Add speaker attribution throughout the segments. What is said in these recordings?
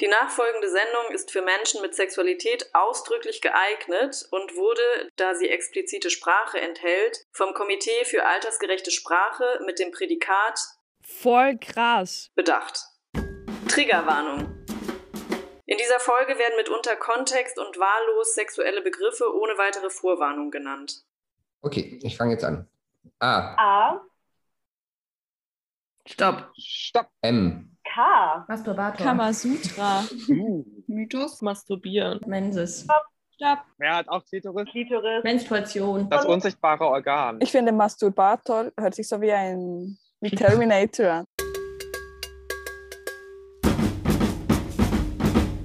Speaker 1: Die nachfolgende Sendung ist für Menschen mit Sexualität ausdrücklich geeignet und wurde, da sie explizite Sprache enthält, vom Komitee für altersgerechte Sprache mit dem Prädikat
Speaker 2: Voll krass.
Speaker 1: bedacht. Triggerwarnung. In dieser Folge werden mitunter Kontext und wahllos sexuelle Begriffe ohne weitere Vorwarnung genannt.
Speaker 3: Okay, ich fange jetzt an. A,
Speaker 4: A,
Speaker 5: Stopp.
Speaker 6: Stopp.
Speaker 3: M,
Speaker 4: K,
Speaker 7: Masturbator.
Speaker 2: Kamasutra.
Speaker 6: Uh.
Speaker 5: Mythos masturbieren.
Speaker 7: Menses.
Speaker 2: Stopp.
Speaker 6: Wer hat auch Klitoris?
Speaker 4: Klitoris,
Speaker 7: Menstruation.
Speaker 6: Das unsichtbare Organ.
Speaker 8: Ich finde, Masturbator hört sich so wie ein wie Terminator an.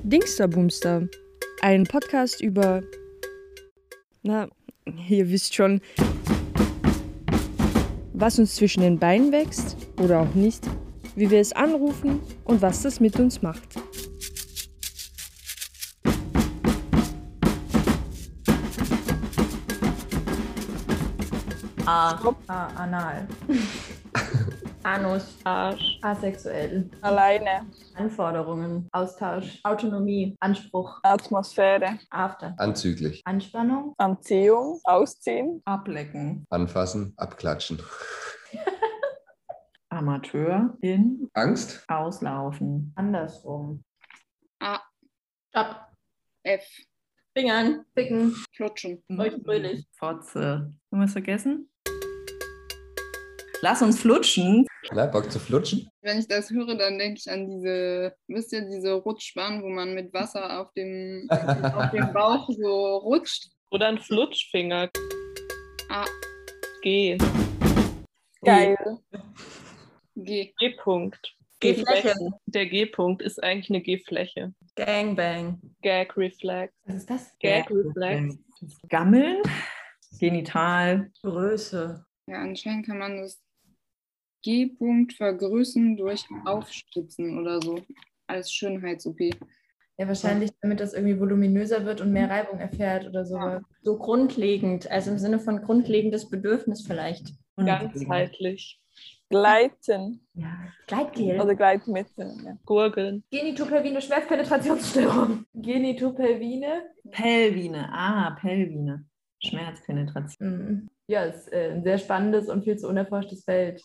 Speaker 2: Dingster Boomster. Ein Podcast über. Na, ihr wisst schon. Was uns zwischen den Beinen wächst oder auch nicht. Wie wir es anrufen und was das mit uns macht.
Speaker 7: A. A. Anal. Anus.
Speaker 5: Arsch.
Speaker 7: Asexuell.
Speaker 8: Alleine,
Speaker 7: Anforderungen. Austausch. Autonomie. Anspruch.
Speaker 8: Atmosphäre,
Speaker 7: After.
Speaker 3: anzüglich,
Speaker 7: Anspannung.
Speaker 8: Anziehung, Ausziehen,
Speaker 7: Ablecken.
Speaker 3: anfassen, abklatschen.
Speaker 5: Amateur. In.
Speaker 3: Angst,
Speaker 5: Auslaufen.
Speaker 7: Andersrum.
Speaker 9: A,
Speaker 7: Ab.
Speaker 9: F,
Speaker 7: Fingern. Ficken.
Speaker 9: Flutschen.
Speaker 7: Euch fröhlich.
Speaker 5: Fotze. Haben wir es vergessen? Lass uns flutschen.
Speaker 3: na, Bock zu flutschen?
Speaker 9: Wenn ich das höre, dann denke ich an diese, wisst ihr, diese Rutschbahn, wo man mit Wasser auf dem, auf dem Bauch so rutscht.
Speaker 10: Oder ein Flutschfinger.
Speaker 9: Ah.
Speaker 10: G.
Speaker 8: geil,
Speaker 9: G.
Speaker 10: G-Punkt.
Speaker 7: G-Fläche.
Speaker 10: Der G-Punkt ist eigentlich eine G-Fläche.
Speaker 7: Gangbang.
Speaker 10: Gag Reflex.
Speaker 7: Was ist das?
Speaker 10: Gag
Speaker 8: Äh,
Speaker 10: Reflex. Gammeln. Genital.
Speaker 7: Größe.
Speaker 9: Ja, anscheinend kann man das G-Punkt vergrößern durch Aufstützen oder so. Als Schönheits-OP.
Speaker 7: Ja, wahrscheinlich, damit das irgendwie voluminöser wird und mehr Reibung erfährt oder sowas. So grundlegend, also im Sinne von grundlegendes Bedürfnis vielleicht.
Speaker 10: Ganzheitlich.
Speaker 8: Gleiten
Speaker 7: Ja. Gleitgel.
Speaker 8: oder Gleitmittel. Ja.
Speaker 10: Gurgeln.
Speaker 7: Genitopelvine Schmerzpenetrationsstörung. Genitopelvine?
Speaker 5: Pelvine. Ah, Pelvine. Schmerzpenetration.
Speaker 7: Mhm. Ja, ist äh, ein sehr spannendes und viel zu unerforschtes Feld.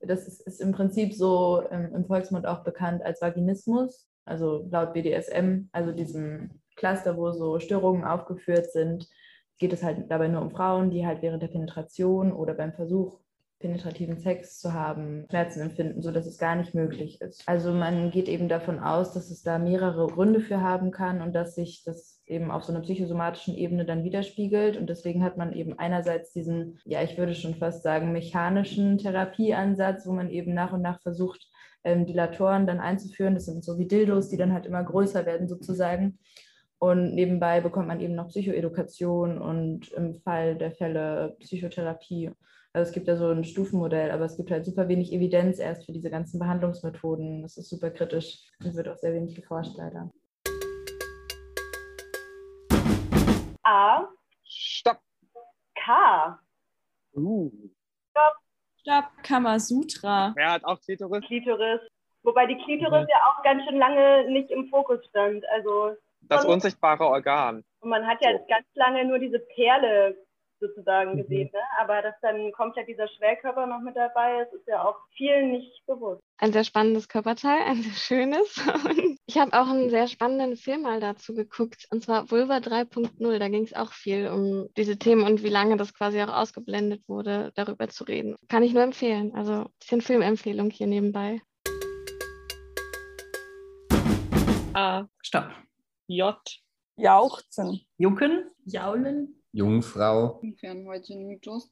Speaker 7: Das ist, ist im Prinzip so ähm, im Volksmund auch bekannt als Vaginismus, also laut BDSM, also diesem Cluster, wo so Störungen aufgeführt sind, geht es halt dabei nur um Frauen, die halt während der Penetration oder beim Versuch penetrativen Sex zu haben, Schmerzen empfinden, sodass es gar nicht möglich ist. Also man geht eben davon aus, dass es da mehrere Gründe für haben kann und dass sich das eben auf so einer psychosomatischen Ebene dann widerspiegelt. Und deswegen hat man eben einerseits diesen, ja, ich würde schon fast sagen, mechanischen Therapieansatz, wo man eben nach und nach versucht, ähm, Dilatoren dann einzuführen. Das sind so wie Dildos, die dann halt immer größer werden sozusagen. Und nebenbei bekommt man eben noch Psychoedukation und im Fall der Fälle Psychotherapie. Also es gibt da so ein Stufenmodell, aber es gibt halt super wenig Evidenz erst für diese ganzen Behandlungsmethoden. Das ist super kritisch und wird auch sehr wenig geforscht leider.
Speaker 4: A,
Speaker 6: Stopp.
Speaker 4: K,
Speaker 6: Uh.
Speaker 2: Stopp. Kamasutra.
Speaker 6: Wer hat auch Klitoris? Mhm.
Speaker 4: Klitoris. Wobei die Klitoris ja auch ganz schön lange nicht im Fokus stand. Also,
Speaker 6: Das unsichtbare Organ.
Speaker 4: und man hat ja
Speaker 6: So.
Speaker 4: ganz lange nur diese Perle sozusagen
Speaker 3: Mhm.
Speaker 4: gesehen. Ne? Aber dass dann komplett dieser Schwellkörper noch mit dabei ist, ist ja auch vielen nicht bewusst.
Speaker 11: ein sehr spannendes Körperteil, ein sehr schönes. Und ich habe auch einen sehr spannenden Film mal dazu geguckt, und zwar Vulva 3.0. Da ging es auch viel um diese Themen und wie lange das quasi auch ausgeblendet wurde, darüber zu reden. Kann ich nur empfehlen. Also ein bisschen Filmempfehlung hier nebenbei.
Speaker 10: A.
Speaker 5: Stopp.
Speaker 10: J.
Speaker 8: Jauchzen,
Speaker 5: Jucken.
Speaker 7: Jaulen?
Speaker 3: Jungfrau,
Speaker 9: Inwiefern heute ein Mythos?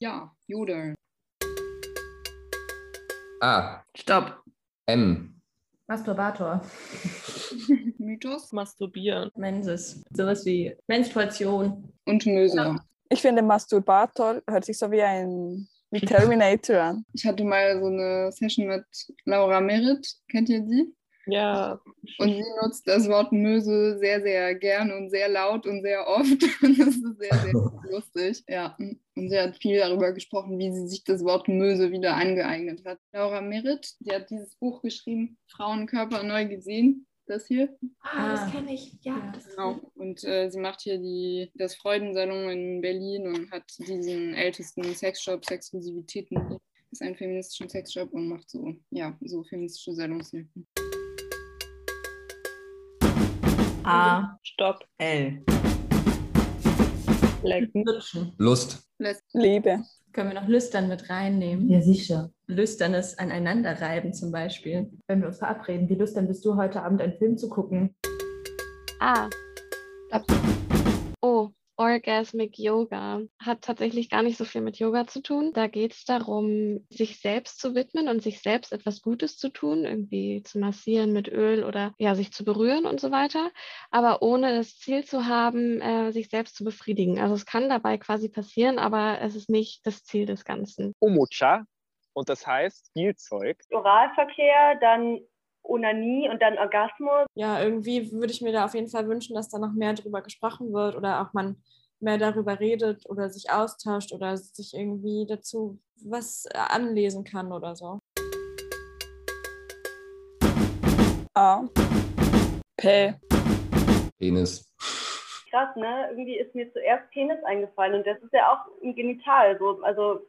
Speaker 9: Ja, Jodeln.
Speaker 3: A,
Speaker 5: Stopp.
Speaker 3: M,
Speaker 7: Masturbator.
Speaker 9: Mythos
Speaker 10: Masturbieren.
Speaker 7: Menses. Sowas wie Menstruation.
Speaker 9: und Möser.
Speaker 8: Ich finde, Masturbator hört sich so wie ein wie Terminator an.
Speaker 9: Ich hatte mal so eine Session mit Laura Merritt, kennt ihr die?
Speaker 10: Ja.
Speaker 9: Und sie nutzt das Wort Möse sehr, sehr gern und sehr laut und sehr oft. Und das ist sehr, sehr lustig. Ja. Und sie hat viel darüber gesprochen, wie sie sich das Wort Möse wieder angeeignet hat. Laura Merritt, die hat dieses Buch geschrieben, Frauenkörper neu gesehen. Das hier.
Speaker 7: Ah, das kenne ich. Ja, das
Speaker 9: Genau. Und äh, sie macht hier die, das Freudensalon in Berlin und hat diesen ältesten Sexshop, Sexklusivitäten. Ist ein feministischer Sexshop und macht so, ja, so feministische Salonshilfen.
Speaker 5: A.
Speaker 10: Stopp.
Speaker 5: L.
Speaker 10: Lecken.
Speaker 7: Wünschen.
Speaker 3: Lust.
Speaker 8: Liebe.
Speaker 12: Können wir noch lüstern mit reinnehmen?
Speaker 7: Ja, sicher.
Speaker 12: Lüsternes Aneinanderreiben zum Beispiel.
Speaker 7: Wenn wir uns verabreden, wie lüstern bist du heute Abend einen Film zu gucken?
Speaker 11: Ah. Oh, Orgasmic Yoga hat tatsächlich gar nicht so viel mit Yoga zu tun. Da geht es darum, sich selbst zu widmen und sich selbst etwas Gutes zu tun, irgendwie zu massieren mit Öl oder ja, sich zu berühren und so weiter, aber ohne das Ziel zu haben, äh, sich selbst zu befriedigen. Also es kann dabei quasi passieren, aber es ist nicht das Ziel des Ganzen.
Speaker 6: Omocha. Und das heißt Spielzeug.
Speaker 4: Oralverkehr, dann Onanie und dann Orgasmus.
Speaker 12: Ja, irgendwie würde ich mir da auf jeden Fall wünschen, dass da noch mehr drüber gesprochen wird oder auch man mehr darüber redet oder sich austauscht oder sich irgendwie dazu was äh, anlesen kann oder so.
Speaker 8: A. P.
Speaker 3: Penis.
Speaker 4: Krass, ne? Irgendwie ist mir zuerst Penis eingefallen und das ist ja auch ein Genital. So. Also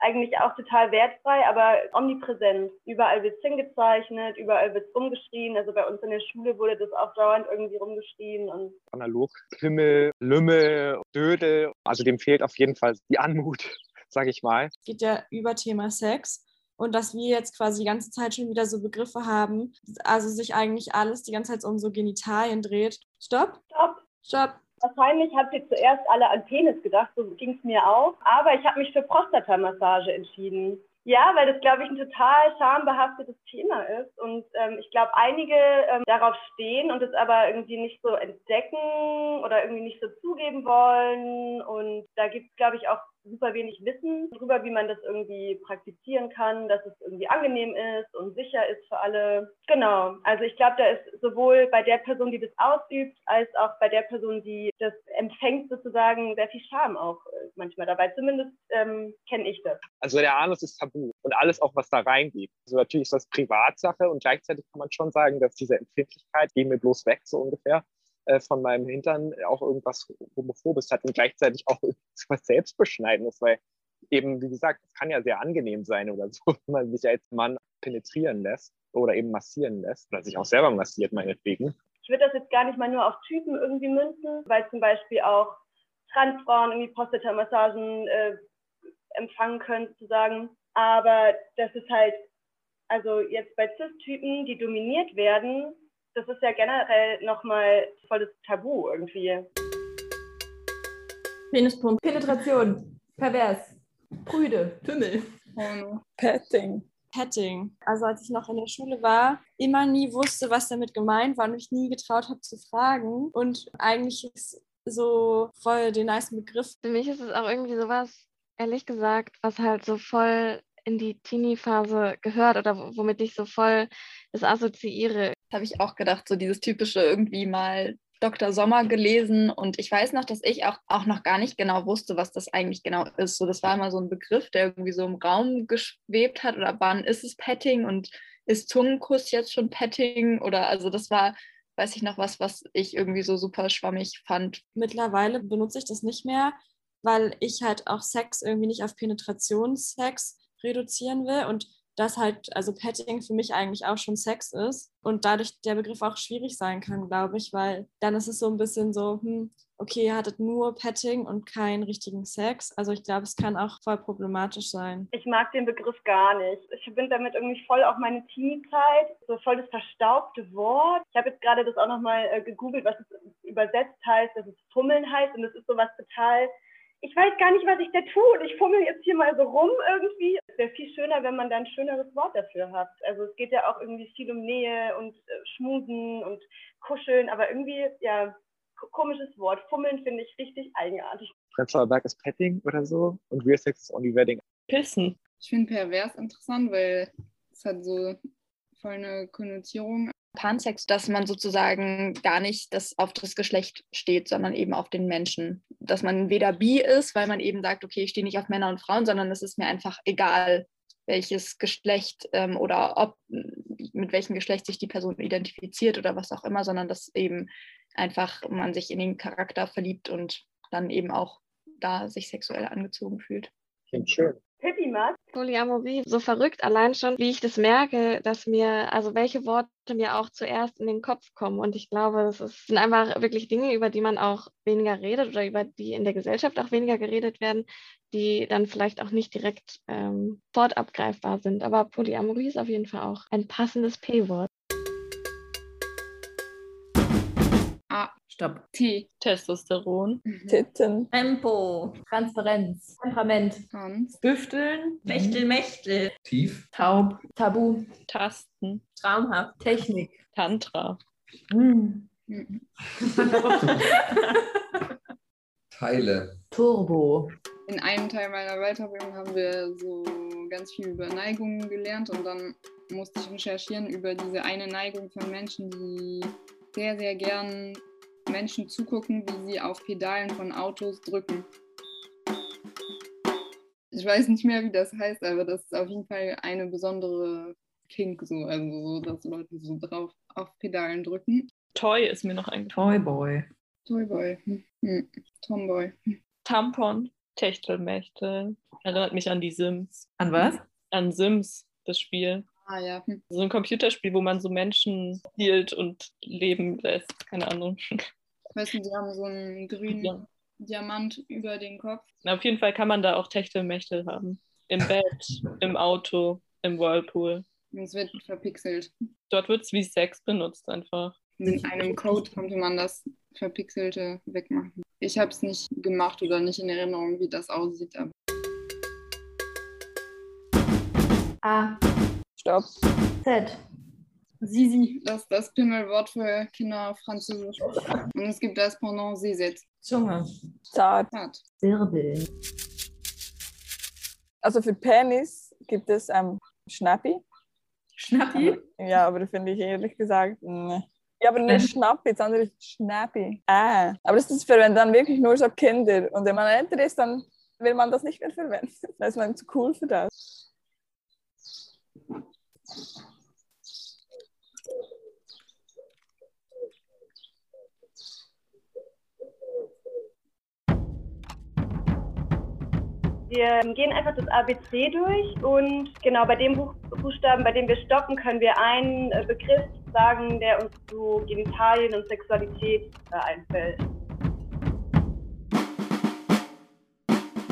Speaker 4: eigentlich auch total wertfrei, aber omnipräsent. Überall wird hingezeichnet, überall wird rumgeschrien. Also bei uns in der Schule wurde das auch dauernd irgendwie rumgeschrien und
Speaker 6: Analog. Pimmel, Lümmel, Dödel. Also dem fehlt auf jeden Fall die Anmut, sag ich mal.
Speaker 12: Es geht ja über Thema Sex und dass wir jetzt quasi die ganze Zeit schon wieder so Begriffe haben, also sich eigentlich alles die ganze Zeit um so Genitalien dreht. Stopp,
Speaker 4: stopp,
Speaker 12: stopp.
Speaker 4: Wahrscheinlich habt ihr zuerst alle an Penis gedacht, so ging es mir auch. Aber ich habe mich für Prostatamassage entschieden. Ja, weil das, glaube ich, ein total schambehaftetes Thema ist. Und ähm, ich glaube, einige ähm, darauf stehen und es aber irgendwie nicht so entdecken oder irgendwie nicht so zugeben wollen. Und da gibt es, glaube ich, auch super wenig Wissen darüber, wie man das irgendwie praktizieren kann, dass es irgendwie angenehm ist und sicher ist für alle. Genau. Also ich glaube, da ist sowohl bei der Person, die das ausübt, als auch bei der Person, die das empfängt, sozusagen sehr viel Scham auch äh, manchmal dabei. Zumindest ähm, kenne ich das.
Speaker 6: Also der Anus ist tabu und alles auch, was da reingeht. Also natürlich ist das Privatsache und gleichzeitig kann man schon sagen, dass diese Empfindlichkeit, geh mir bloß weg, so ungefähr, äh, von meinem Hintern auch irgendwas Homophobes hat und gleichzeitig auch was Selbstbeschneidendes, weil eben, wie gesagt, es kann ja sehr angenehm sein oder so, wenn man sich als Mann penetrieren lässt oder eben massieren lässt oder sich auch selber massiert, meinetwegen.
Speaker 4: ich würde das jetzt gar nicht mal nur auf Typen irgendwie münzen, weil zum Beispiel auch Transfrauen irgendwie Prostatamassagen äh, empfangen können, sozusagen. Aber das ist halt, also jetzt bei Cis-Typen, die dominiert werden, das ist ja generell nochmal volles Tabu irgendwie.
Speaker 7: Penispump. Penetration. Pervers. Prüde.
Speaker 12: Pimmel.
Speaker 8: Petting.
Speaker 12: Petting. Also als ich noch in der Schule war, immer nie wusste, was damit gemeint war und mich nie getraut habe zu fragen. Und eigentlich ist so voll den nice Begriff.
Speaker 11: Für mich ist es auch irgendwie sowas, ehrlich gesagt, was halt so voll in die Teenie-Phase gehört oder wo- womit ich so voll das assoziiere.
Speaker 9: habe ich auch gedacht, so dieses typische irgendwie mal Dr. Sommer gelesen und ich weiß noch, dass ich auch, auch noch gar nicht genau wusste, was das eigentlich genau ist. So, das war immer so ein Begriff, der irgendwie so im Raum geschwebt hat oder wann ist es Petting und ist Zungenkuss jetzt schon Petting oder also das war, weiß ich noch was, was ich irgendwie so super schwammig fand.
Speaker 12: Mittlerweile benutze ich das nicht mehr, weil ich halt auch Sex irgendwie nicht auf Penetrationssex reduzieren will und das halt, also Petting für mich eigentlich auch schon Sex ist und dadurch der Begriff auch schwierig sein kann, glaube ich, weil dann ist es so ein bisschen so, hm, okay, ihr hattet nur Petting und keinen richtigen Sex. Also ich glaube, es kann auch voll problematisch sein.
Speaker 4: Ich mag den Begriff gar nicht. Ich verbinde damit irgendwie voll auch meine Teenie-Zeit. So voll das verstaubte Wort. Ich habe jetzt gerade das auch nochmal äh, gegoogelt, was es übersetzt heißt, dass es Fummeln heißt. Und das ist sowas total. Ich weiß gar nicht, was ich da tue. Und ich fummel jetzt hier mal so rum
Speaker 8: äh,
Speaker 4: irgendwie. Es wäre viel schöner, wenn man da ein schöneres Wort dafür hat. Also es geht ja auch irgendwie viel um Nähe und äh, Schmusen und Kuscheln. Aber irgendwie, ja, ko- komisches Wort. Fummeln finde ich richtig eigenartig.
Speaker 6: Prenzlauer Berg ist Petting oder so und Real Sex ist Only Wedding.
Speaker 10: Pissen.
Speaker 9: Ich finde pervers interessant, weil es hat so voll eine Konnotierung. Pansex, dass man sozusagen gar nicht das auf das Geschlecht steht, sondern eben auf den Menschen. Dass man weder bi ist, weil man eben sagt, okay, ich stehe nicht auf Männer und Frauen, sondern es ist mir einfach egal, welches Geschlecht ähm, oder ob mit welchem Geschlecht sich die Person identifiziert oder was auch immer, sondern dass eben einfach man sich in den Charakter verliebt und dann eben auch da sich sexuell angezogen fühlt.
Speaker 6: Klingt schön.
Speaker 13: Pippi mag.
Speaker 11: Polyamorie, so verrückt allein schon, wie ich das merke, dass mir, also welche Worte mir auch zuerst in den Kopf kommen. Und ich glaube, das ist, sind einfach wirklich Dinge, über die man auch weniger redet oder über die in der Gesellschaft auch weniger geredet werden, die dann vielleicht auch nicht direkt ähm, fortabgreifbar sind. Aber Polyamorie ist auf jeden Fall auch ein passendes P-Wort.
Speaker 1: A. Stopp.
Speaker 9: T. Mhm.
Speaker 1: Testosteron.
Speaker 14: Titten.
Speaker 1: Tempo.
Speaker 7: Transparenz. Temperament.
Speaker 9: Hans.
Speaker 1: Büfteln. Mechtel-Mechtel.
Speaker 3: Tief.
Speaker 7: Taub. Tabu.
Speaker 1: Tasten.
Speaker 7: Traumhaft. Technik.
Speaker 1: Tantra.
Speaker 7: Mm.
Speaker 9: Mhm.
Speaker 3: Teile.
Speaker 7: Turbo.
Speaker 9: In einem Teil meiner Weiterbildung haben wir so ganz viel über Neigungen gelernt und dann musste ich recherchieren über diese eine Neigung von Menschen, die sehr, sehr gern Menschen zugucken, wie sie auf Pedalen von Autos drücken. Ich weiß nicht mehr, wie das heißt, aber das ist auf jeden Fall eine besondere Kink, so, also so, dass Leute so drauf auf Pedalen drücken.
Speaker 8: Toy ist mir noch ein
Speaker 7: Toyboy.
Speaker 9: Toyboy. Hm. Hm. Tomboy.
Speaker 8: Tampon. Techtelmächte. Erinnert mich an die Sims.
Speaker 7: An was?
Speaker 8: An Sims, das Spiel.
Speaker 9: Ah ja. Hm.
Speaker 8: So ein Computerspiel, wo man so Menschen hielt und leben lässt. Keine Ahnung.
Speaker 9: Weißt du, die haben so einen grünen
Speaker 8: Ja.
Speaker 9: Diamant über den Kopf.
Speaker 8: Na, Auf jeden Fall kann man da auch Techtelmächte haben. Im Bett, im Auto, im Whirlpool.
Speaker 9: Und es wird verpixelt.
Speaker 8: Dort wird es wie Sex benutzt einfach.
Speaker 9: Mit einem Code konnte man das Verpixelte wegmachen. Ich habe es nicht gemacht oder nicht in Erinnerung, wie das aussieht. Aber
Speaker 7: A.
Speaker 14: Stopp.
Speaker 7: Z.
Speaker 9: Sisi, das ist das Pimmelwort für Kinder Französisch. Und es gibt das Pendant Sisette.
Speaker 7: Zunge.
Speaker 14: Zart.
Speaker 9: Zart.
Speaker 7: Wirbel.
Speaker 14: Also für Penis gibt es ähm, Schnappi.
Speaker 7: Schnappi.
Speaker 14: Ja, aber das finde ich ehrlich gesagt. Ne. Ja, aber nicht Schnappi, sondern Schnappi. Ah. Aber das ist verwendet dann wirklich nur so Kinder. Und wenn man älter ist, dann will man das nicht mehr verwenden. Da ist man zu cool für das.
Speaker 13: Wir gehen einfach das ABC durch und genau bei dem Buch Buchstaben, bei dem wir stoppen, können wir einen äh, Begriff sagen, der uns zu Genitalien und Sexualität äh, einfällt.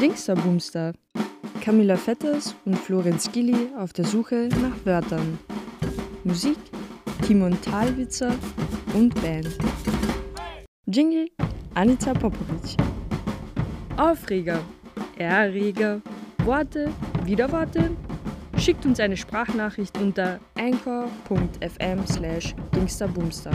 Speaker 4: Dingster Boomster. Camilla Vettes und Florenz Gilli auf der Suche nach Wörtern. Musik Timon Thalwitzer und Band. Jingle Anita Popovic. Aufreger, Erreger, Worte, wieder Worte. Schickt uns eine Sprachnachricht unter anchor.fm slash dingsterboomster.